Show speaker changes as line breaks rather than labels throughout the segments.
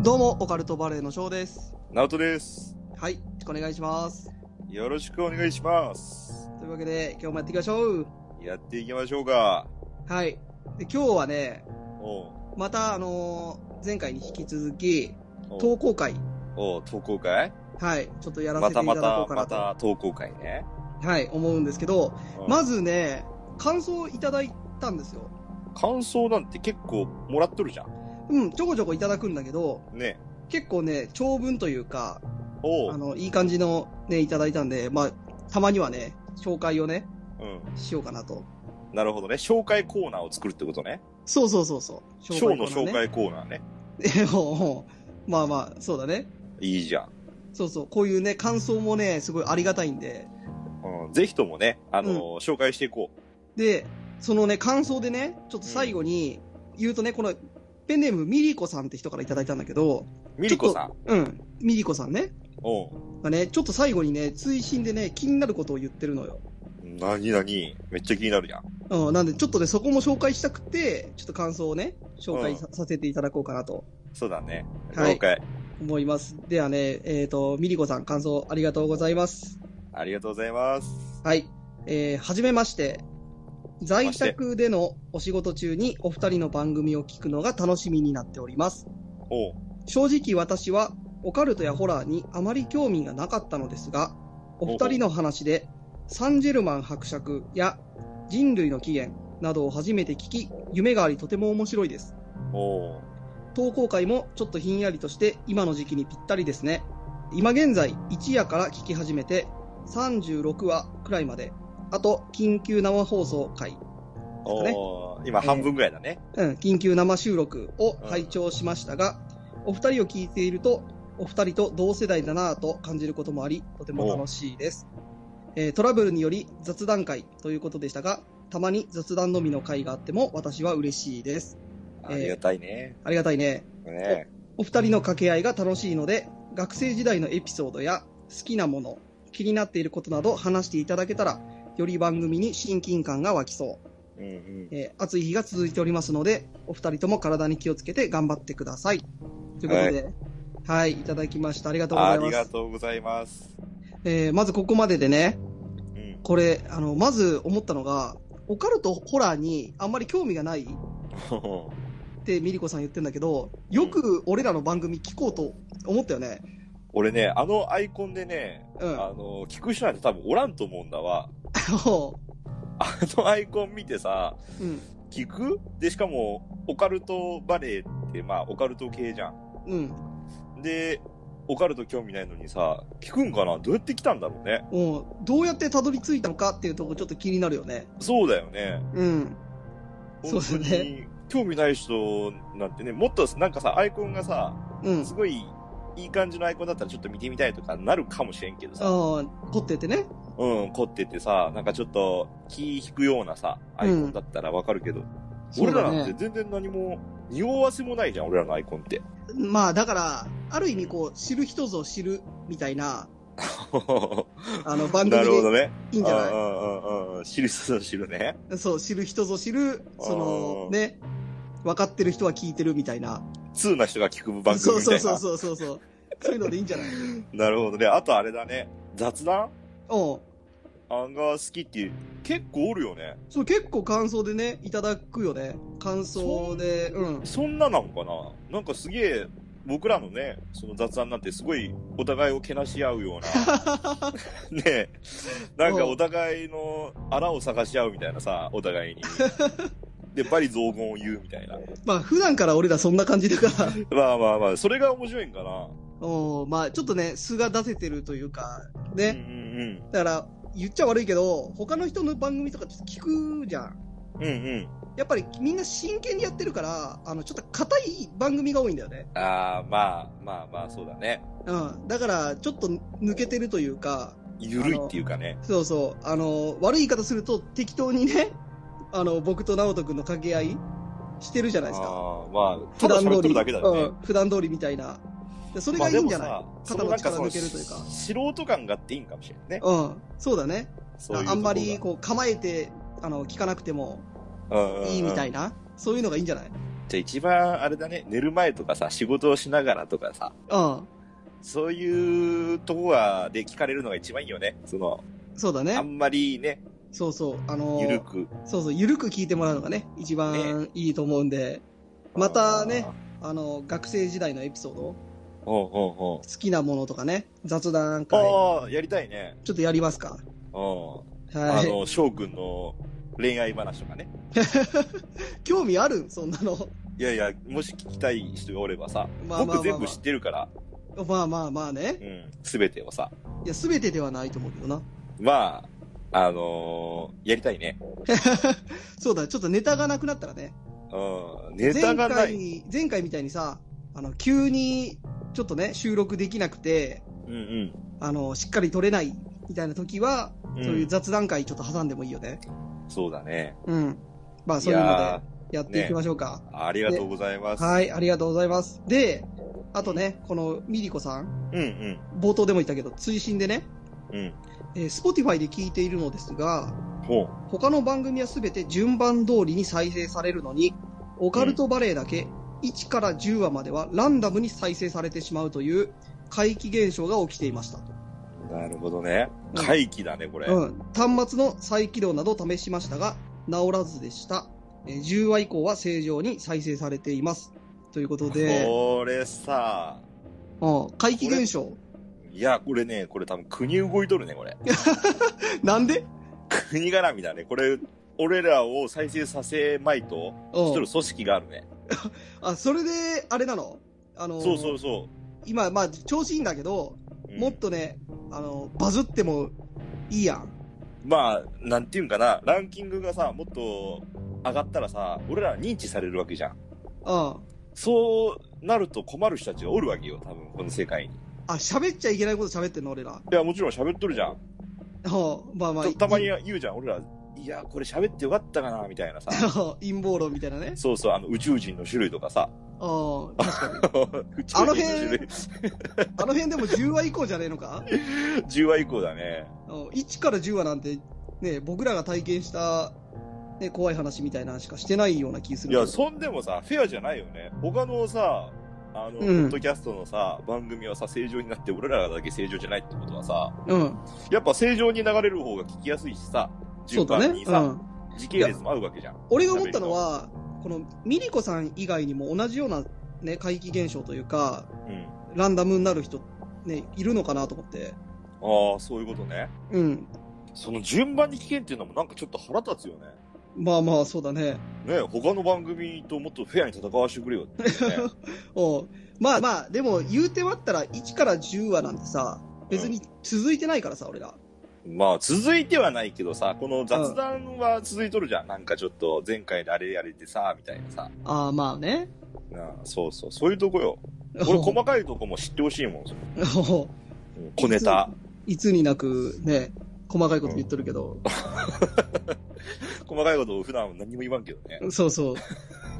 どうも、オカルトバレーの翔です。
直人です。
はい、お願いします。
よろしくお願いします。
というわけで、今日もやっていきましょう。
やっていきましょうか。
はい。で今日はね、
おう
また、あのー前回に引き続き、
お
投
う
稿会、
おう投稿会
はい、ちょっとやら
ま
せて
た
いただ
ま
こ
た
う、かな
ま
と、
た投稿会ね。
はい、思うんですけど、
うん
まずね、感想をいただいたんですよ。
感想なんて結構もらっとるじゃん。
うん、ちょこちょこいただくんだけど、
ね。
結構ね、長文というか、
お
あ
う
の、いい感じのね、いただいたんで、まあ、たまにはね、紹介をね、
うん。
しようかなと。
なるほどね。紹介コーナーを作るってことね。
そうそうそうそう。
ショー
コ
の
ーナ
紹
ーね。
介コーナーね。
ほうほうまあまあ、そうだね。
いいじゃん。
そうそう、こういうね、感想もね、すごいありがたいんで。
うん、ぜひともね、あのー紹介していこ
で、そのね、感想でね、ちょっと最後に言うとね、このペンネームミリコさんって人からいただいたんだけど、
う。ミリコさん。
うん、ミリコさんね、
おう
がね、ちょっと最後にね、追伸でね、気になることを言ってるのよ。
なになにめっちゃ気になるじゃん。
うん、なんでちょっとね、そこも紹介したくて、ちょっと感想をね、紹介さ,、せていただこうかなと
そうだね。
はい
了解。
思います。ではね、えっ、と、ミリコさん、感想ありがとうございます。
ありがとうございます。
はい。えーはじめまして。在宅でのお仕事中にお二人の番組を聞くのが楽しみになっております。
おう。
正直私はオカルトやホラーにあまり興味がなかったのですが、お二人の話でサンジェルマン伯爵や人類の起源などを初めて聞き、夢がありとても面白いです。
おう。
投稿会もちょっとひんやりとして今の時期にぴったりですね今現在一夜から聞き始めて36話くらいまであと緊急生放送回、
お
ね
おー今半分ぐらいだね。
うん、緊急生収録を拝聴しましたが、お二人を聞いているとお二人と同世代だなぁと感じることもありとても楽しいです、えートラブルにより雑談会ということでしたがたまに雑談のみの会があっても私は嬉しいです
ありがたいね。
ありがたいね
ね
お二人の掛け合いが楽しいので、学生時代のエピソードや好きなもの、気になっていることなど話していただけたら、より番組に親近感が湧きそう。
うんうん。
えー暑い日が続いておりますので、お二人とも体に気をつけて頑張ってください。ということで、はい、い、ただきました。ありがとうござ
あ
い
り
ま
が
す。
とうございます。
えーまずここまででね、
うん。
これ、あの、まず思ったのが、オカルトホラーにあんまり興味がないっ
お
てミリコさん言ってんだけど、よく俺らの番組聞こうと思ったよね。俺
俺ね、あのアイコンでね、
うん。
あの、聞く人なんて多分おらんと思うんだわ。あのアイコン見てさ、
うん。
聞くで、しかも、オカルトバレーって、まあ、オカルト系じゃん。
うん。
で、オカルト興味ないのにさ、聞くんかなどうやって来たんだろうね。
うん、どうやってたどり着いたのかっていうとこちょっと気になるよね。
そうだよね。
うん。そう
本
だ
当
ね
に、興味ない人なんてね、もっとなんかさ、アイコンがさ、
うん。
すごいいい感じのアイコンだったらちょっと見てみたいとかなるかもしれんけど
あ
さ、
あ、凝っててね。
うん、凝っててさ、なんかちょっと気引くようなさ、アイコンだったらわかるけど、俺らなん
そうだ
て
ね
全然何も匂わせもないじゃん、俺らのアイコンって。
まあだから、ある意味こう、知る人ぞ知るみたいな、あ の番
な
組
るほど
で
ね。
いいんじゃな
うんうんうんうん。知る人ぞ知るね。
いそう、知る人ぞ知る、その
あー
ね、分かってる人は聞いてるみたいな。
通な人が聞く番組みたいな。
そうそうそうそうそうそう。そういうのでいいんじゃない
なるほどね。あとあれだね。雑談
うん。
あんが好きっていう、結構おるよね。
そう、結構感想でね、いただくよね。感想で、うん。
そんななんかななんかすげえ、僕らのね、その雑談なんてすごいお互いをけなし合うよう な、ねえなんかお互いのあらを探し合うみたいなさ、お互いに。で、バリ雑言を言うみたいな。
まあ普段から俺らそんな感じだから、
まあまあまあ、それが面白いんかな。
うん、まあちょっとね、素が出せてるというか、ね。
うんうん
だから、言っちゃ悪いけど、他の人の番組とかちょっと聞くじゃん。
ううんうん。
やっぱりみんな真剣にやってるから、あの、ちょっと硬い番組が多いんだよね。
ああ、まあまあまあ、そうだね。
うん。だから、ちょっと抜けてるというか、
ゆるいっていうかね。
そうそう、あの、悪い言い方すると適当にね、あの、僕と直人君の掛け合いしてるじゃないですか。
ああ、まあ、ただ喋ってるだけだよね。
うん、普段通りみたいな。でそれ
ま
が
あ
いいんじゃない、
で
肩
も
の
さ
力
その
抜けるというか
なんその素人感があっていいんかもしれないね。
うん、そうだね。
そういうところが
あんまり、こう、構えて、あの、聞かなくてもいいみた
い。
いな、そういうのがいいんじゃない
じゃあ一番あれだね、寝る前とかさ、仕事をしながらとかさ、
うん、
そういうとこがで聞かれるのが一番いいよね。その、
そうだ
あ
ね。
んまりね、
そうそう、あのー
ゆるく。
そうそう、ゆるく聞いてもらうのがね、一番いいと思うんで、またね、あの、学生時代のエピソード、好
あー。ほうほうほ
きなものとかね、雑談
う。
会、
ああ、やりたいね。
ちょっとやりますか。
うん。あ
はい。
の、翔くんの恋愛話とかね。
興味あるそんなの。
いやいや、もし聞きたい人がおればさ、
まあまあまあまあ
僕全部知ってるから、
まあまあまあね
う。ん、すべてをさ。
いや、すべてではないと思うけどな。
まあ、あのーやりたいね。
そうだ、ちょっとネタがなくなったらね。
うん、ネタがな
前
い。
回、前回みたいにさ、あの、急に、ちょっとね、収録できなくて、
うんうん。
あの、しっかり撮れない、みたいな時は、
うん
そういう雑談会ちょっと挟んでもいいよね。
そうだね。
うん。まあ、
い
そういうの
や
でやっていきましょうか。
ーありがとうございます。
はい、ありがとうございます。で、あとね、このミリコさん、
うん
冒頭でも言ったけど、追伸でね、
うん。うん。
えー Spotify で聞いているのですが、
ほう。
他の番組はすべて順番通りに再生されるのに、オカルトバレーだけ1から10話まではランダムに再生されてしまうという怪奇現象が起きていました。
なるほどね。
うん
回帰だね、これ。
うん。端末の再起動などを試しましたが、治らずでした。えー10話以降は正常に再生されています。ということで、
これさ、
うん怪奇現象。
いや、これね、これ多分国動いとるね、これ。
なんで
国絡みだね。これ、俺らを再生させまいと、
う
しと
ん
る組織があるね。
あ、それで、あれなのあのー
そうそうそ
今、まあ、調子いいんだけど、
う。うん
もっとね、あの、バズってもいいやん。
まあ、なんていうんかな、ランキングがさ、もっと上がったらさ、俺ら認知されるわけじゃん。
うん。あ、
そうなると困る人たちがおるわけよ、多分、この世界に。い
喋っちゃいけないこと喋ってんの、俺ら。
や、もちろん喋っとるじゃん。
うんまあまあ
ちょ。たまに
い
言うじゃん、俺ら、いや、これ喋ってよかったかな、みたいなさ。
陰謀論みたいなね。
そうそう、あの、宇宙人の種類と かさ。
うん。確かに。
宇宙人の種類。
あの辺でも10話以降じゃねえのか
10話以降だね。
うん。1から10話なんて、ね、僕らが体験した、ね、怖い話みたいなのしかしてないような気する
い
けど。
や、そんでもさ、フェアじゃないよね。他のさ、あの、
うん
ポッドキャストのさ、番組はさ、正常になって、俺らだけ正常じゃないってことはさ、
うん。
やっぱ正常に流れる方が聞きやすいしさ、
そ
順
うだ
番
ね。
に
う
さ、
ん。
時系列も合うわけじゃん。
俺が思ったのは、このミリコさん以外にも同じような、ね、怪奇現象というか、
うん。
ランダムになる人、ね、いるのかなと思って。
ああ、そういうことね。
うん。
その順番に聞けんっていうのもなんかちょっと腹立つよね。
まあまあ、そうだね。
ね他の番組ともっとフェアに戦わしてくれよっていう ね。
おうまあまあ、でも、言うてはったら、1から10話なんてさ、別に続いてないからさ、俺ら。
まあ、続いてはないけどさ、この雑談は続いとるじゃん。なんかちょっと、前回であれやれてさ、みたいなさ。
ああ、まあね。
なあそうそう、そういうとこよ。俺、 細かいとこも知ってほしいもん。
おう
小ネタ。
いつになく、ね、細かいこと言っとるけど、
細かいことを普段は何も言わんけどね。
そうそう。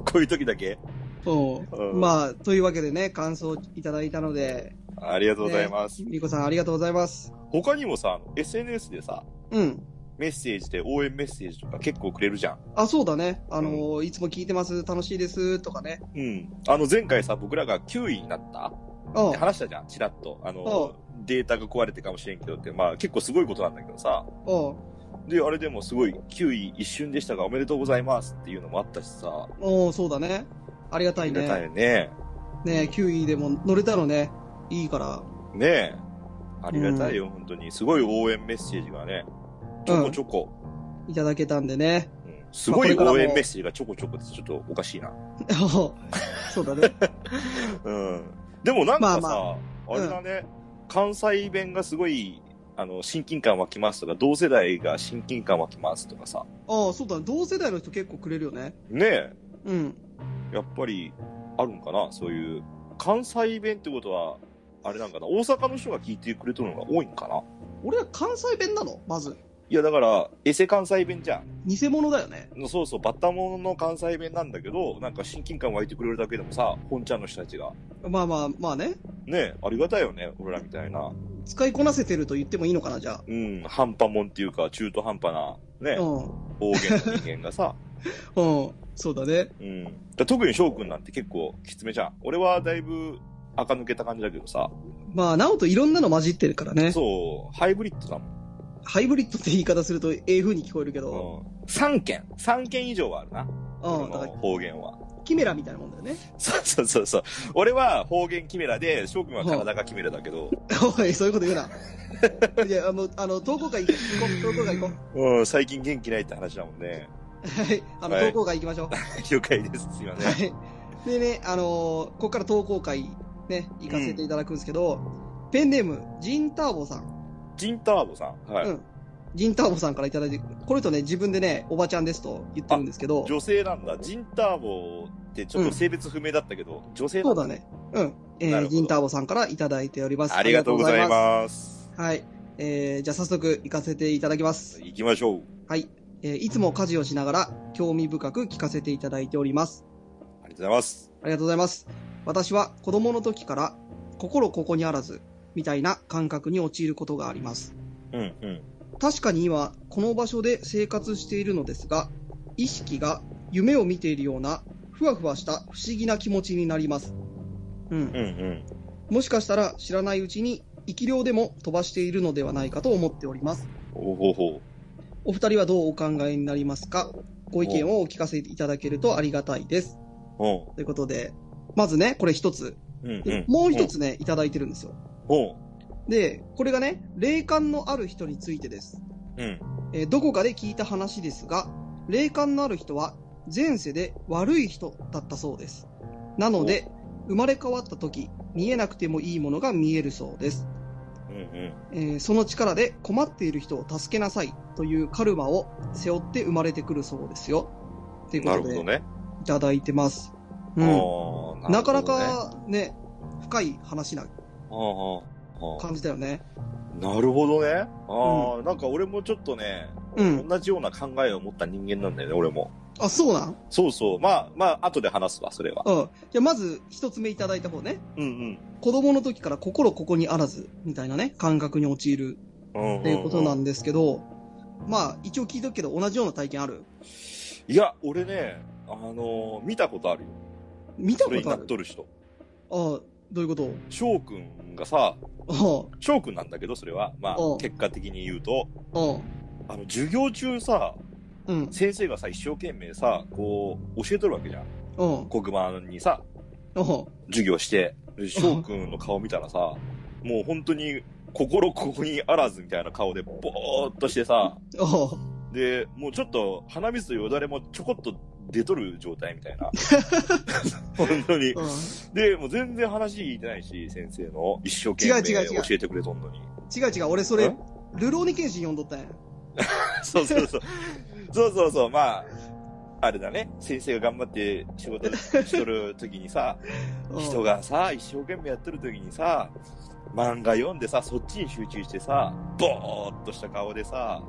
こういう時だけ。
おう
うん
まあ、というわけでね、感想いただいたので、
ありがとうございます。
ミリコさんありがとうございます。
他にもさ、あの SNS でさ、
うん。
メッセージで応援メッセージとか結構くれるじゃん。
あ、そうだね。あのーいつも聞いてます、楽しいです、とかね。
うん。あの、前回さ、僕らが9位になった
うん
で。話したじゃん、ちらっと。
お
あ
う
の、データが壊れてかもしれんけどって、まあ結構すごいことなんだけどさ。
うん。
で、あれでもすごい、9位一瞬でしたがおめでとうございますっていうのもあったしさ。
おー、そうだね。ありがた
あ
い
りがた
ね。
いね。
ね
うん
9位でも乗れたのね。いいから。
ねえ。ありがたいよ、本当に。すごい応援メッセージがね、ちょこちょこ。
いただけたんでね。
うんすごい
まあこれからも
応援メッセージがちょこちょこってちょっとおかしいな。
そうだね。
うん。でもなんかさ、
まあ
あれだね、関西弁がすごい、あの、親近感湧きますとか、同世代が親近感湧きますとかさ。
ああ、そうだね。同世代の人結構くれるよね。
ねえ、
うん。
やっぱりあるんかなそういう。関西弁ってことは、あれなんかな大阪の人が聞いてくれとるのが多いんかな
俺ら関西弁なのまず。
いや、だから、エセ関西弁じゃん。
偽物だよね。
そうそう、バッタモンの関西弁なんだけど、なんか親近感湧いてくれるだけでもさ、本ちゃんの人たちが。
まあまあ、まあね。
ねえ、ありがたいよね、俺らみたいな。
使いこなせてると言ってもいいのかな、じゃ
うん、半端もんっていうか、中途半端な、
あ。
ね
う、ん。
方言の人間がさ、
うん。そうだね。
うん。だから特に翔くんなんて結構きつめじゃん。俺はだいぶ垢抜けた感じだけどさ、
まあ、なおといろんなの混じってるからね。
そう、ハイブリッドだもん。
ハイブリッドって言い方するとええ風に聞こえるけど。
うん。3件、3件以上はあるな、
う
俺
ん。だから
の、方言は。
キメラみたいなもんだよね。
そうそうそうそう。俺は方言キメラで、翔くんは体がキメラだけど、
おい、そういうこと言うな。いや、あの、あの、投稿会行こう。投稿会行こ
うん、最近元気ないって話だもん ね。
う。はい。あの、
はい
投稿会行きましょう。
了解です。すいません。
はい。でね、あのーここから投稿会、ね、行かせていただくんですけど、ペンネーム、ジンターボさん。
ジンターボさん。はい。
うん。ジンターボさんからいただいて、この人ね、自分でね、おばちゃんですと言ってるんですけど、
女性なんだ。ジンターボってちょっと性別不明だったけど、女性
そ
な
うん
だ
だね。うん。え
なる
ー、
ほど
ジンターボさんからいただいております。
ありがとうございます。
す。はい。えー、じゃあ早速行かせていただきます。
行きましょう。
はい。えー、いつも家事をしながら興味深く聞かせていただいております。
ありがとうございます。
ありがとうございます。私は子供の時から心ここにあらずみたいな感覚に陥ることがあります。
うんうん。
確かに今この場所で生活しているのですが、意識が夢を見ているようなふわふわした不思議な気持ちになります。うん。
うんうん。
もしかしたら知らないうちに生き量でも飛ばしているのではないかと思っております。
おほほ。
お二人はどうお考えになりますかご意見をお聞かせいただけるとありがたいです。
ほ
ということで、まずね、これ一つ。
う。うんう
で
ん。
もう一つね、いただいてるんですよ。
ほ
で、これがね、霊感のある人についてです。
う。うん。
えーどこかで聞いた話ですが、霊感のある人は前世で悪い人だったそうです。なので、生まれ変わった時、見えなくてもいいものが見えるそうです。
うんうん。
えーその力で困っている人を助けなさいというカルマを背負って生まれてくるそうですよ。というこ
なる
と
ほ
で、
どね。
いただいてます。
あ
う
ー
ん
るほどね
なかな。かね、深い話な
あーあー
感じだよね。
なるほどね。ああ、なんか俺もちょっとね、
うん。
同じような考えを持った人間なんだよね、俺も。
あ、そうなん
そうそう。まあ、まあ、後で話すわ、それは。
うん。じゃあまず一つ目いただいた方ね。
うん
子供の時から心ここにあらず、みたいなね、感覚に陥る
うん。
っていうことなんんですけど、まあ、一応聞いとくけど、同じような体験ある
いや、俺ね、あのー見たことあるよ。
見た
そ
こ
れに
と
な
あ
っ
る
とる人。
ああ、どういうこと
翔くんがさ、
あ
翔くんなんだけど、それは。まあ
うん、
結果的に言うと、
あ、ああ、
あの、授業中さ、
うん、
先生がさ、一生懸命さ、こう、教えとるわけじゃん。
うん、
黒板にさ、
うん。
授業して。で翔くんの顔見たらさ、もう本当に、心ここにあらずみたいな顔で、ぼーっとしてさ、
ああ、
で、もうちょっと鼻水とよだれもちょこっと出とる状態みたいな。本当に。
うん
で、もう全然話聞いてないし、先生の一生懸
違う違う違
命
う
教えてくれとんのに。
違う違う、俺それ
ん、
ルローニケンシン読んどったんや。
そうそうそう。そうそうそう、まあ、あれだね。先生が頑張って仕事しとる時にさ、
うん
人がさ、一生懸命やってる時にさ、漫画読んでさ、そっちに集中してさ、ぼーっとした顔でさ、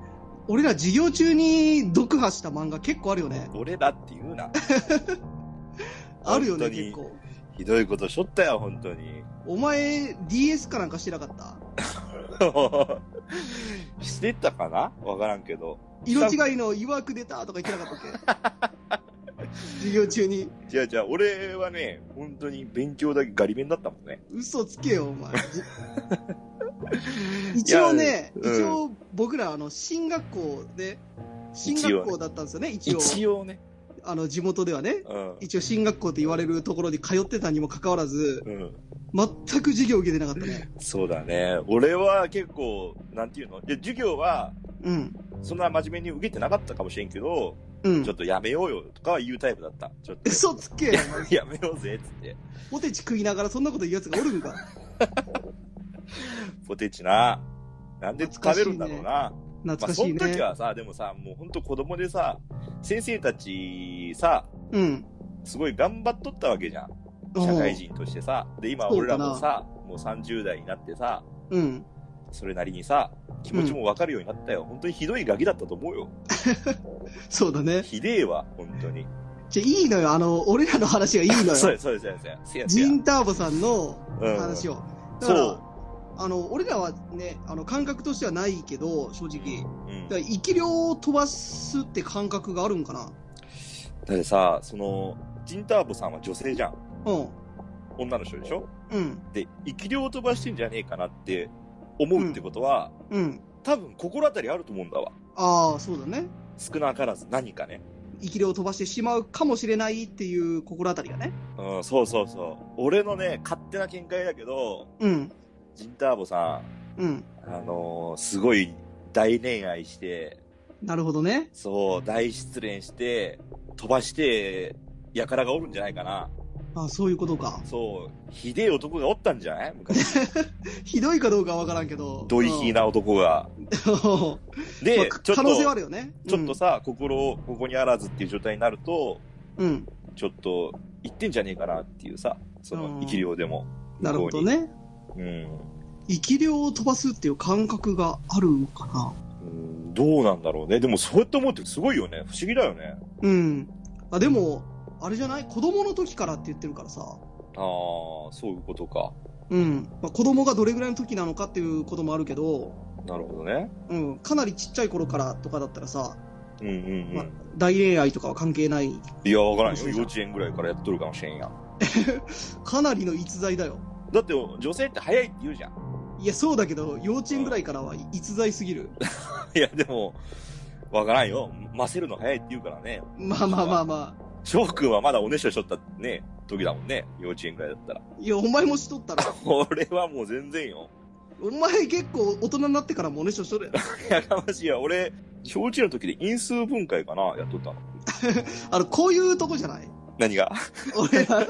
俺ら授業中に読破した漫画結構あるよね。
俺だって言うな。
あるよね、
本当に
結構。
ひどいことしょったよ、本当に。
お前、DS かなんかしてなかった
してったかなわからんけど。
色違いの誘惑出たとか言ってなかったっけ 授業中に。
じゃあじゃあ、俺はね、本当に勉強だけガリ勉だったもんね。
嘘つけよ、お 前。一応ね、
いやうん
一応僕ら、あの、進学校で、進学校だったんですよね、一応。
一応ね。
あの、地元ではね。
うん。
一応進学校って言われるところに通ってたにもかかわらず、
うん。
全く授業受けてなかったね。
そうだね。俺は結構、なんていうのいや授業は、
うん。
そんな真面目に受けてなかったかもしれんけど、
うん
ちょ。っとやめようよとかは言うタイプだった。ちょっと。
嘘つけよ、お前
やめようぜっつって。
ポテチ食いながらそんなこと言うやつがおるんか。
ポテチな。なんで食べるんだろうな。
懐
まあ、
か
そ
しい
の時
ね。
はさ、でもさ、もう本当子供でさ、先生たちさ、
うん。
すごい頑張っとったわけじゃん。社会人としてさ。で、今
そう
俺
からな
もさ、もう30代になってさ、
おう。うん。
それなりにさ、気持ちもわかるようになったよ。本当にひどいガキだったと思うよ。
そうだね。
ひでえわ、本当に。
じゃ、いいのよ。あの、俺らの話がいいの
そう
よ。
です、そうです、そうです。せやせや
ジ。ンターボさんの
うん
話を。だか
そ
ら
う。
あの、俺らはね、あの、感覚としてはないけど、正直。
うん
だから、生き量を飛ばすって感覚があるんかな。
だってさ、その、ジンターボさんは女性じゃん。
うん。
女の人でしょ
うん。
で、生き量飛ばしてんじゃねえかなって思うってことは、
うん。
多分心当たりあると思うんだわ。
ああ、そうだね。
少なからず何かね。
生き量を飛ばしてしまうかもしれないっていう心当たりがね。
うん、そうそうそう。俺のね、勝手な見解だけど、
うん。
ジンターボさ
うん。
ん、あのーすごい大恋愛して、
なるほどね。
そう、大失恋して、飛ばして、やからがおるんじゃないかな。
ああ、そういうことか。
そう、ひでえ男がおったんじゃない昔。
ひどいかどうかはわからんけど。
ドイヒーな男が。
うん。 まあ
で、ちょっ
可能性はあ
と、
るよね。
ちょっとさ、心ここにあらずっていう状態になると、
うん、うん。
ちょっと、言ってんじゃねえかなっていうさ、そ
うん
の、生き量でも。
なるほどね。
うん。
生き量を飛ばすっていう感覚があるのかな。
うんどうなんだろうね。でもそうやって思うってすごいよね。不思議だよね。
うん。あ、でも、あれじゃない子供の時からって言ってるからさ。
ああ、そういうことか。
うん。まあ、子供がどれぐらいの時なのかっていうこともあるけど、
なるほどね。
うん。かなりちっちゃい頃からとかだったらさ、
うんうんうん。
まあ大恋愛とかは関係ない。
いや、わからんよ。幼稚園ぐらいからやっとるかもしれんやん。
かなりの逸材だよ。
だって、女性って早いって言うじゃん。
いや、そうだけど、幼稚園ぐらいからは逸材すぎる。
いや、でも、わからんよ。ませるの早いって言うからね。
まあまあまあまあ。
翔くんはまだおねしょしとったね、時だもんね。幼稚園ぐらいだったら。
いや、お前もしとったら。
俺はもう全然よ。
お前結構大人になってからもねしょしとるやろ。
やかましいわ。俺、幼稚園の時で因数分解かな、やっとったの。
あの、こういうとこじゃない
何が
俺ら、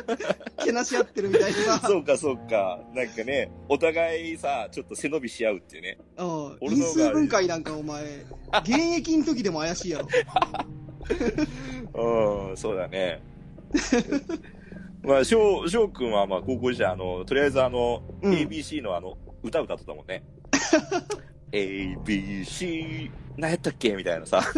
けなし合ってるみたいなさ。
そうか、そうか。なんかね、お互いさ、ちょっと背伸びし合うっていうね。
うん。
俺
因
の方が
数分解なんかお前、 現役の時でも怪しいやろ。
うん、そう だね。まあ、翔、翔くんは、まあ、高校時代、あの、とりあえず、あの、
うん
ABC の、あの、歌歌ってたも んね。ABC、何やったっけみたいなさ。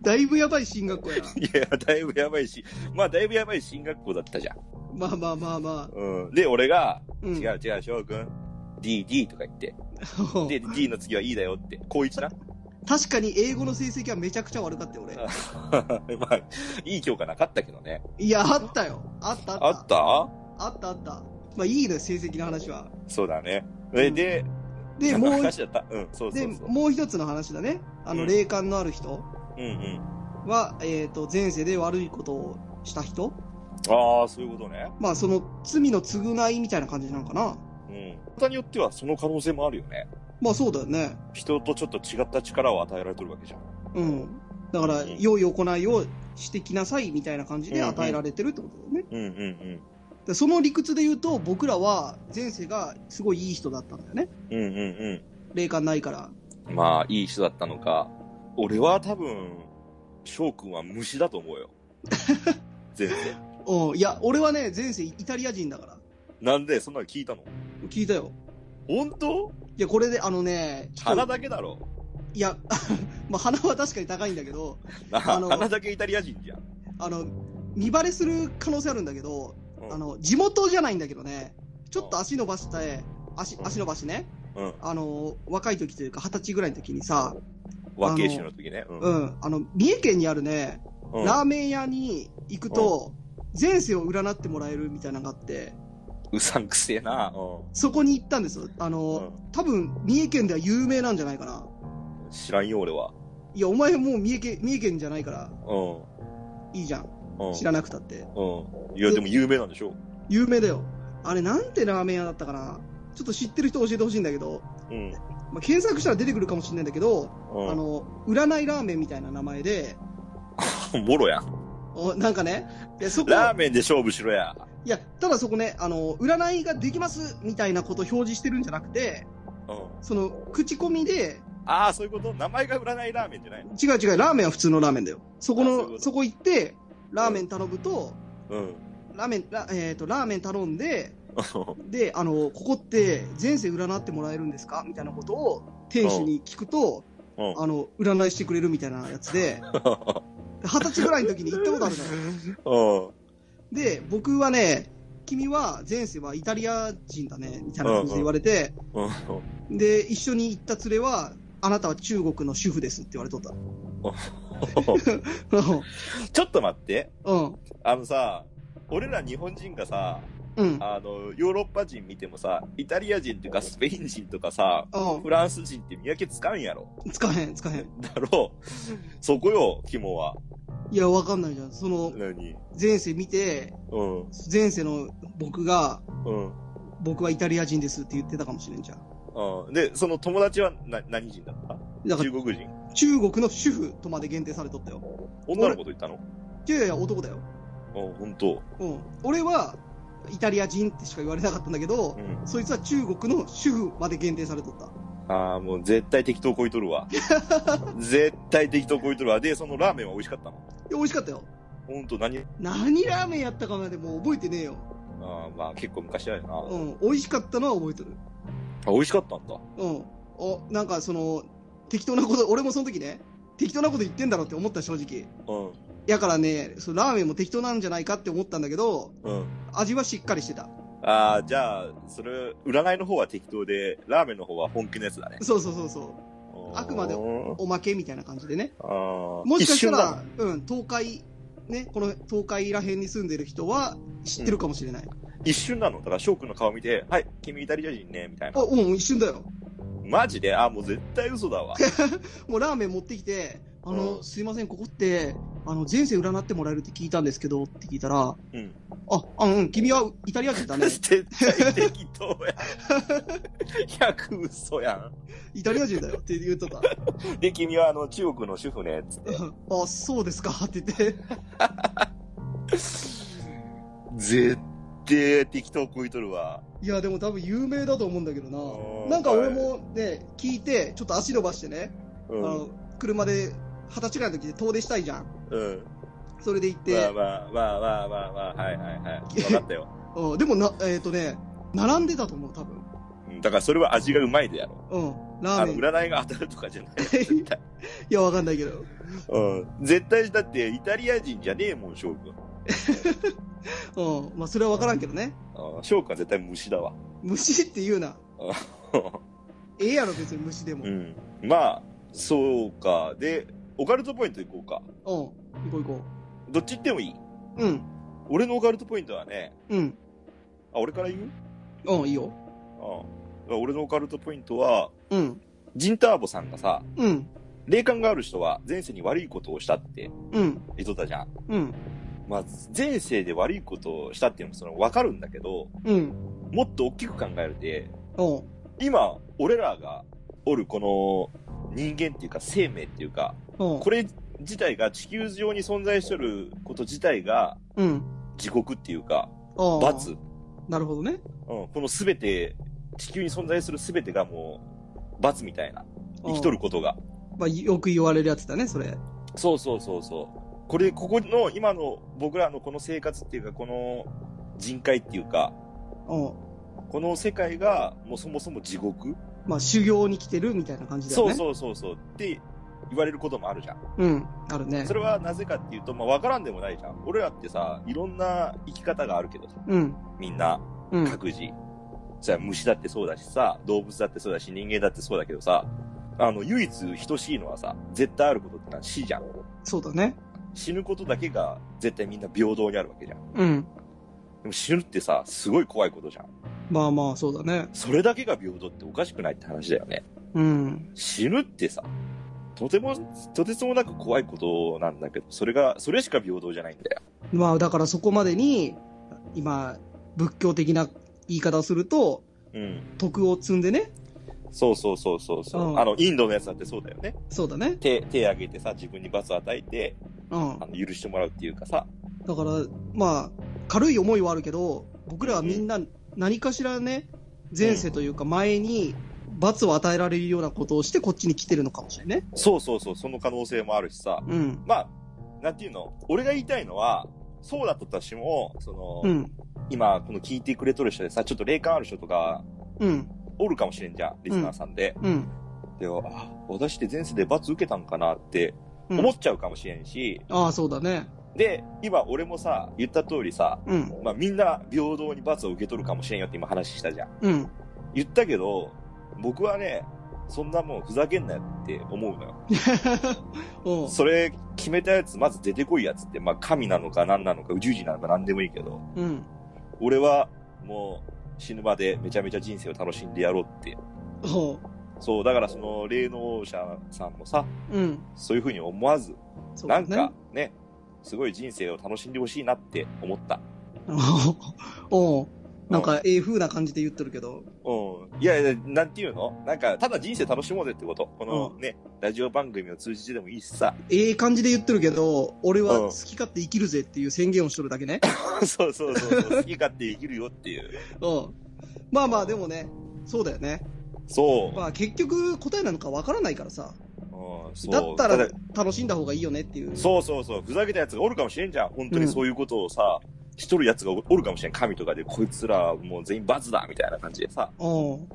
だいぶやばい進学校やな。
いや、だいぶやばいし、まあ、だいぶやばい進学校だったじゃん。
まあまあまあまあ。
うん。で、俺が、
うん。
違う違う、翔くん、D、D とか言って、で、D の次は E だよって、高一な。
確かに英語の成績はめちゃくちゃ悪かったよ、俺。
まあ、いい教科なかったけどね。
いや、あったよ。あったあった。
あった
あったあった。まあいいのよ、成績の話は。
そうだね。
う
で、
ん
で、
で、
何の
もう、
話だったうん、そうそ
で、
うそう。
もう一つの話だね。あの、
うん
霊感のある人
うんうん。
は、えっ、と、前世で悪いことをした人
ああ、そういうことね。
まあ、その、罪の償いみたいな感じなのかな。
うん。方によってはその可能性もあるよね。
まあ、そうだよね。
人とちょっと違った力を与えられてるわけじゃん。
うん。だから、
うん
良い行いをしてきなさいみたいな感じで与えられてるってことだよね。
うんうんうん。
でその理屈で言うと、僕らは前世がすごいいい人だったんだよね。
うんうん
霊感ないから。
うん。まあ、いい人だったのか。俺は多分、翔くんは虫だと思う よ。全然。
うん。いや、俺はね、前世イタリア人だから。
なんで、そんなの聞いたの
聞いたよ。
本当
いや、これで、あのね、ちょっ
鼻
と
だけだろ。
いや、 まあ、鼻は確かに高いんだけど、
な
あの
鼻だけイタリア人じゃん。
あの、見バレする可能性あるんだけど、
うん
あの、地元じゃないんだけどね、ちょっと足伸ばして、足、
うん
足伸ばしてね、
うん。
あの、若い時というか、二十歳ぐらいの時にさ、
和慶州の時ね。う。
うんん、あの、三重県にあるね、
うん
ラーメン屋に行くと、前世を占ってもらえるみたいなのがあって、
うさんくせえな。う
そこに行ったんですよ。あ
ん。
の、
うん
多分、三重県では有名なんじゃないかな。
知らんよ、俺は。
いや、お前もう三重県、三重県じゃないから、
う
いいじゃん。
ん。うん。
知らなくたって。
うん。いや、でも有名なんでしょ
有名だよ。あれ、なんてラーメン屋だったかな。ちょっと知ってる人教えてほしいんだけど、
うん。
まあ、検索したら出てくるかもしれないんだけど、あ
うん。
の、占いラーメンみたいな名前で、
もろやん。
おなんかね、でそこ、
ラーメンで勝負しろや。
いや、ただそこね、あの、占いができますみたいなことを表示してるんじゃなくて、
うん。うん。
その、口コミで、
ああ、そういうこと名前が占いラーメンじゃないの
違う違う、ラーメンは普通のラーメンだよ。そこ
あそういうこ
の、
と
そこ行って、ラーメン頼むと、
うん。
ラーメン、ラえっ、と、ラーメン頼ん で、で、あの、ここって前世占ってもらえるんですかみたいなことを店主に聞くと、
うん。
あの、占いしてくれるみたいなやつで、で二十歳ぐらいの時に行ったことあるのよ。
うん。
で、僕はね、君は前世はイタリア人だね、みたいな感じで言われて、
うん。
で、一緒に行った連れは、あなたは中国の主婦ですって言われと った。
ちょっと待って。
うん。
あのさ、俺ら日本人がさ、
うん。
あの、ヨーロッパ人見てもさ、イタリア人とかスペイン人とかさ、
う
フランス人って見分けつかんやろ。
ん。つかへん、つかへん。
だろう。そこよ、肝は。
いや、わかんないじゃん。その、
何
前世見て、
うん。
前世の僕が、
うん。
僕はイタリア人ですって言ってたかもしれんじゃん。
うん、で、その友達はな何人だった
だから
中国人。
中国の主婦とまで限定されとったよ。
女の子と言ったの
いやいや、男だよ。
うん、本当。
うん。俺は、イタリア人ってしか言われなかったんだけど
う、ん。
そいつは中国の主婦まで限定されとった。
ああ、もう絶対適当こいと るわ。絶対適当こいとるわ。で、そのラーメンは美味しかったの
いや、美味しかったよ。
本当何あ
何ラーメンやったかまでもう覚えてねえよ。
あまあ結構昔だよな、
う
あ、
ん。美味しかったのは覚えてる。
美味しかったんだ。
うん。お、なんかその、適当なこと、俺もその時ね、適当なこと言ってんだろって思った正直。
うん。
やからね、そのラーメンも適当なんじゃないかって思ったんだけど、
うん。
味はしっかりしてた。
ああ、じゃあ、それ、占いの方は適当で、ラーメンの方は本気のやつだね。
そうそうそうそう。あくまで
も。
おまけみたいな感じでね。
ああ。
もしかした
一瞬だ
ら、うん、東海、ね、この東海ら辺に住んでる人は知ってるかもしれない。
一瞬なのだから、翔くんの顔見て、はい、君イタリア人ね、みたいな
あ、。うん、一瞬だよ。
マジであー、もう絶対嘘だわ。
もうラーメン持ってきて、あの、
うん
すいません、ここって、あの、前世占ってもらえるって聞いたんですけど、って聞いたら、
うん。
あ、あの、うん、君はイタリア人だね。
絶対適当や。100嘘やん。
イタリア人だよって言っとった。
で、君はあの、中国の主婦ね、つって。
あ、そうですかって言って。
絶対適当食いとるわ。
いや、でも多分有名だと思うんだけどな。
うん
なんか俺もね、聞いて、ちょっと足伸ばしてね、
う
あ
ん。
の、車で二十歳ぐらいの時で遠出したいじゃん。
うん。
それで行って、
まあまあまあまあまあまあ、はいはいはい。分かったよ。
うん、でもな、えっ、とね、並んでたと思う、多分。
うんだからそれは味がうまいでやろ。
うん、ラー
あの、
メン。
占いが当たるとかじゃない。絶対。
いや、わかんないけど。
うん。絶対だって、イタリア人じゃねえもん、翔くん。
うん、まあ、それはわからんけどね。
うん翔くんは絶対虫だわ。
虫って言うな。ええやろ、別に虫でも。う、
うんん。まあ、そうか。で、オカルトポイント行こうか。
行こう行こ
どっち行ってもいい。
う。うん、
俺のオカルトポイントはね、
うん、
あ、俺から言う
うん、いいよ。
うん。俺のオカルトポイントは、
うん、
ジンターボさんがさ、
うん、
霊感がある人は前世に悪いことをしたって
うん、
言っとったじゃん。
うん、
まあ、前世で悪いことをしたっていうのもそのわかるんだけど、
うん、
もっと大きく考えるで、
おう
今、俺らがおるこの人間っていうか生命っていうか、
おう
これ自体が地球上に存在してること自体が
うん、
地獄っていうか、
おう
罰。
なるほどね。
うん、このすべて、地球に存在するすべてがもう、罰みたいな。生きと
る。
ることが。
まあ、よく言われるやつだね、それ。
そうそうそうそう。これ、ここの、今の僕らのこの生活っていうか、この人海っていうか、
おう
この世界がもうそもそも地獄、
まあ、修行に来てるみたいな感じだよ
そ
ね。
うそうそうそうって言われることもあるじゃん。
う。うん、あるね
そ。れはなぜかっていうと、まあわからんでもないじゃん。俺らってさ、いろんな生き方があるけどさ、
うん、
みんな、
うん、
各自。さ、虫だってそうだしさ、動物だってそうだし、人間だってそうだけどさ、あの、唯一等しいのはさ、絶対あることってのは死じゃん。
そうだね。
死ぬことだけが絶対みんな平等にあるわけじゃん。
うん。
でも死ぬってさ、すごい怖いことじゃん。
まあまあ、そうだね。
それだけが平等っておかしくないって話だよね。
うん。
死ぬってさ、とても、とてつもなく怖いことなんだけど、それが、それしか平等じゃないんだよ。
まあ、だからそこまでに、今、仏教的な言い方をすると、
うん。
徳を積んでね。
そうそうそうそうそう、
うん
あの、インドのやつだってそうだよね。
そうだね。
手、手挙げてさ、自分に罰を与えて、
うん
あ。の、許してもらうっていうかさ。
だから、まあ、軽い思いはあるけど、僕らはみんな何かしらね、前世というか前に罰を与えられるようなことをして、こっちに来てるのかもしれないね。
そうそうそう、その可能性もあるしさ。
うん。
まあ、なんていうの俺が言いたいのは、そうだったとしても、その、
うん。
今、この聞いてくれとる人でさ、ちょっと霊感ある人とか、
うん。
おるかもしれんじゃん、リスナーさんで。
うん。
で、あ、私って前世で罰受けたんかなって
うん
思っちゃうかもしれんし、
ああ、そうだね。
で、今俺もさ、言った通りさ、
うん。
まあみんな平等に罰を受け取るかもしれんよって今話したじゃん。
うん。
言ったけど、僕はね、そんなもんふざけんなよって思うのよ。
おう
それ決めたやつ、まず出てこいやつって、まあ神なのか何なのか宇宙人なのか何でもいいけど、
うん。
俺はもう死ぬまでめちゃめちゃ人生を楽しんでやろうって。
おう
そう、だからその霊能者さんもさ、
うん。
そういうふうに思わず、
そう
な
だ
ん
ね
か。ね、すごい人生を楽しんでほしいなって思った。
おうなんか、ええ風な感じで言ってるけど。
うん。いやいや、なんていうのなんか、ただ人生楽しもうぜってこと。この
うん
ね、ラジオ番組を通じてでもいいしさ。
ええ感じで言ってるけど、俺は
うん
好き勝手生きるぜっていう宣言をしとるだけ ね。
そうそうそうそう、好き勝手生きるよっていう。
うん。まあまあ、でもね、そうだよね。
そう。
まあ結局答えなのかわからないからさ。
うん、そう
だったら
だ
楽しんだ方がいいよねっていう。
そうそうそう、ふざけたやつがおるかもしれんじゃん。本当にそういうことをさ、しとるやつがおるかもしれん。神とかで、こいつらもう全員罰だみたいな感じでさ、
うん。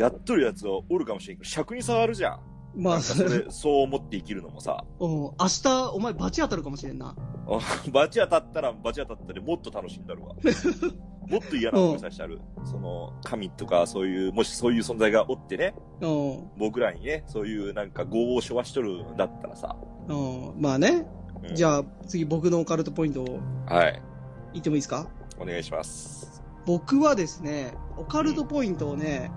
やっとるやつがおるかもしれんけど、尺に触るじゃん。
ま
なん
あ、
か
そ
そ
れ、 うん。
れ、そう思って生きるのもさ、
明日、お前、罰当たるかもしれんな。
罰当たったら罰当たったでもっと楽しんだるわ。もっと嫌な思いさせてある。その、神とかそういう、もしそういう存在がおってね、
うん。
僕らにね、そういうなんか業を処和しとるんだったらさ、
うん。まあね。
うん
じゃあ、次僕のオカルトポイントを
はい、
言ってもいいですか
お願いします。
僕はですね、オカルトポイントをね、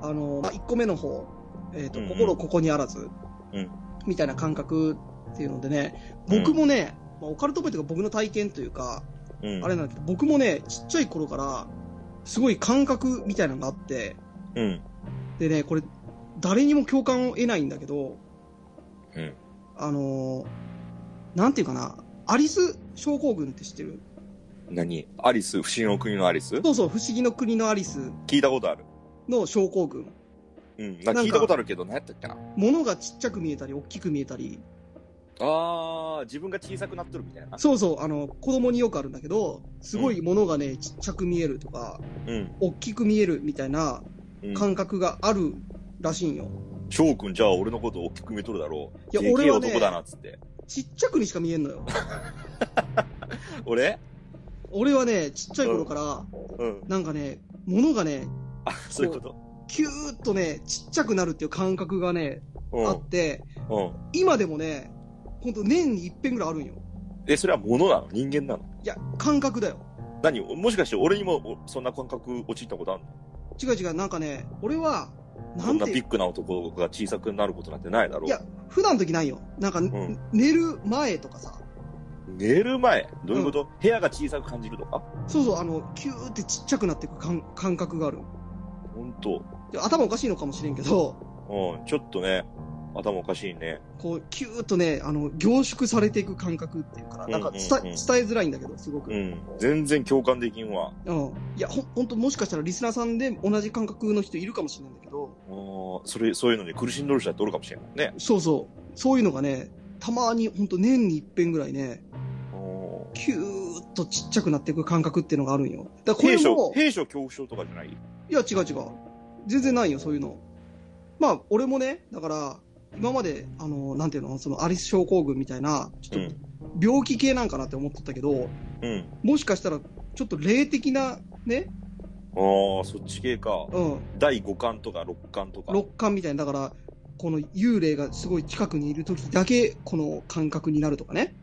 あの、まあ、1個目の方、えっ、と、
うんうん
心ここにあらず、
うん
みたいな感覚っていうのでね、
うん
僕もね、まあオカルトポイントが僕の体験というか、
うん
あれなんだけど、僕もね、ちっちゃい頃から、すごい感覚みたいなのがあって、
うん。
でね、これ、誰にも共感を得ないんだけど、
うん
あのーなんていうかな、アリス症候群って知ってる
何アリス不思議の国のアリス
そうそう、不思議の国のアリス
聞いたことある。
の症候群。
うん。な
な
んか
んか
聞いたことあるけど、何やったっけな
物がちっちゃく見えたり、大きく見えたり、
あー、自分が小さくなっとるみたいな。
そうそう、あの、子供によくあるんだけど、すごい物がね、ちっちゃく見えるとか、
うん。
大きく見えるみたいな
うん、
感覚があるらしいんよ。
翔くん、じゃあ俺のこと大きく見とるだろ
い
う。
や
でけえ
俺はね
男だな、っつって。
ちっちゃくにしか見えんのよ。
俺
俺はね、ちっちゃい頃から、
うん。
なんかね、物がね、
あ、そういうこと
キューッとね、ちっちゃくなるっていう感覚がね、
うん
あって、
うん。
今でもね、ほんと年に一遍ぐらいあるんよ。
え、それは物なの人間なの
いや、感覚だよ。
何もしかして俺にもおそんな感覚陥ったことあるの
違う違う、なんかね、俺は、な
そん
ん
な
て
ビ
いう
ッグな男が小さくなることなんてないだろう。
いや、普段の時ないよ。なんか、
ん
寝る前とかさ、
寝る前どういうこと、部屋が小さく感じるとか
そうそう、あの、キューってちっちゃくなっていく感感覚がある。
本当
で頭おかしいのかもしれんけど、
うん、ちょっとね、頭おかしいね。
こう、キューっとね、あの、凝縮されていく感覚っていうから、なんか伝,、
うんうん
伝え
うん
づらいんだけど、すごく。う。
うんん、全然共感できんわ。
いや、ほん、ほんともしかしたらリスナーさんで同じ感覚の人いるかもしれないんだけど、
あーそれ、そういうのに苦しんどる人だっておるかもしれないね。
そうそう、そういうのがね、たまにほんと年に一遍ぐらいね、
おー
キューっとちっちゃくなっていく感覚っていうのがあるんよ。だからこ
兵
れ
所
も、、
兵所恐怖症とかじゃない
いや、違う違う。全然ないよ、そういうの。まあ、俺もね、だから、今まで、あの、なんていうの、そのアリス症候群みたいな、ち
う
ょっと
ん。
病気系なんかなって思ってたけど、
うん。
もしかしたら、ちょっと霊的な、ね、
ああ、そっち系か。
うん、
第5巻とか6巻とか。
六感みたいな、だから、この幽霊がすごい近くにいる時だけ、この感覚になるとかね、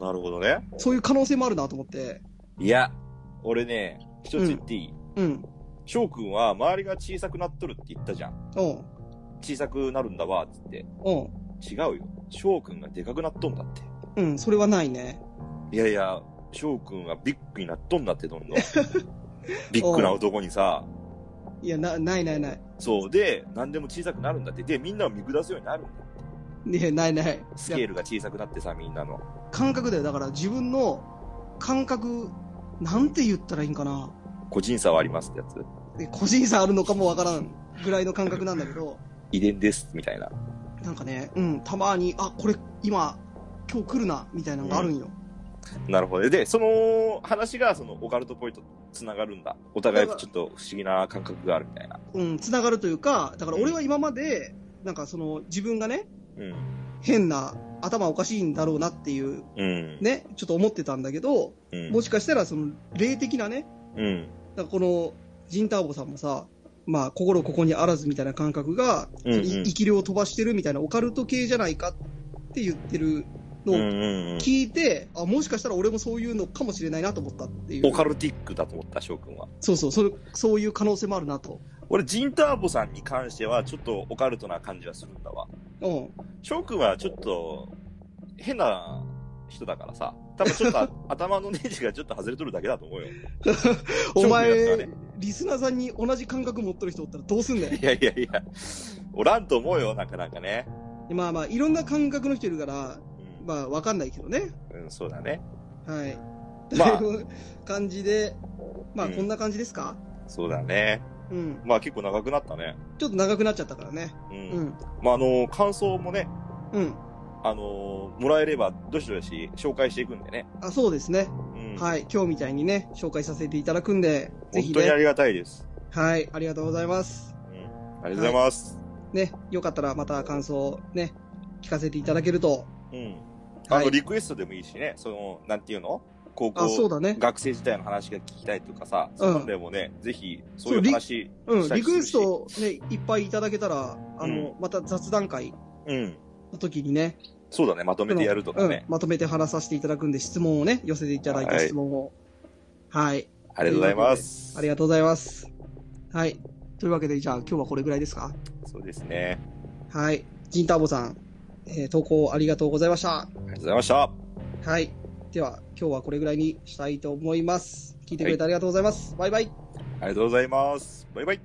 なるほどね。
そういう可能性もあるなと思って、
いや、俺ね、一つ言っていい
うん、
翔くんは周りが小さくなっとるって言ったじゃん。
うん、
小さくなるんだわ、つって。
う
違うよ。翔くんがでかくなっとんだって。
ん、うん、それはないね。
いやいや、翔くんはビッグになっとんだって、ど んどん。ビッグな男にさ。
いや、な、ないないない。
そう。で、何でも小さくなるんだって。で、みんなを見下すようになるんだって。
ね、ないない。
スケールが小さくなってさ、みんなの。
感覚だよ。だから自分の感覚、なんて言ったらいいんかな。
個人差はありますってやつ。
で個人差あるのかもわからん。ぐらいの感覚なんだけど、
遺伝です、みたいな。
なんかね、うん、たまに、あ、これ今、今日来るな、みたいなのがあるんよ。
なるほど。で、その話が、そのオカルトポイントと繋がるんだ。お互いちょっと不思議な感覚があるみたいな。
うん、つながるというか、だから俺は今まで、なんかその、自分がね、
うん。
変な、頭おかしいんだろうなっていう、
うん。
ね、ちょっと思ってたんだけど、
うん。
もしかしたらその、霊的なね、
うん。
だからこの、ジンターボさんもさ、まあ、心ここにあらずみたいな感覚が、
うんうん
い生き量を飛ばしてるみたいなオカルト系じゃないかって言ってる
うん
のを
うんうん。
聞いて、あ、もしかしたら俺もそういうのかもしれないなと思ったっていう。
オカルティックだと思った、翔くんは。
そうそう、それそういう可能性もあるなと。
俺、ジンターボさんに関しては、ちょっとオカルトな感じはするんだわ。
うん。
翔くんはちょっと、変な人だからさ。多分ちょっと 頭のネジがちょっと外れとるだけだ と思うよ。
お
ショックや
前
った、
リスナーさんに同じ感覚持っとる人おったらどうすんだよ。
いやいやいや、おらんと思うよ、なかなかね。
まあまあ、いろんな感覚の人いるから、
うん、
まあ、わかんないけどね。
うん、そうだね。
はい。
まあ
という 感じで、まあ、
うん
こんな感じですか、
そうだね。
うん。
まあ結構長くなったね。
ちょっと長くなっちゃったからね。
うん。
うん。
まああの、感想もね、
うん。
あの、もらえればどしどし紹介していくんでね。
あ、そうですね。
うん。い。
はい。今日みたいにね、紹介させていただくんで、ぜ
本
ひ
当にあ
ね。
りがたいです。
はい。ありがとうございます。
うん。ありがとうございます。
ね。よかったらまた感想をね、聞かせていただけると。
うん。あ
は
の、
い。
リクエストでもいいしね、その、なんていうの高
あ、そう
校、
だね。
学生時代の話が聞きたいとかさ、そういうのでもね、ぜひ、そういう話、
うん。リクエストをね、いっぱいいただけたら、あの、また雑談会
うん。
の時にね、
そうだね、まとめてやるとかね
うん。。まとめて話させていただくんで、質問をね、寄せていただいた質問を。はい。
ありがとうございます。
ありがとうございます。はい。というわけで、じゃあ今日はこれぐらいですか
そうですね。
はい。ジンターボさん、えー投稿ありがとうございました。
ありがとうございました。
はい。では、今日はこれぐらいにしたいと思います。聞いてくれてありがとうございます。バイバイ。
ありがとうございます。バイバイ。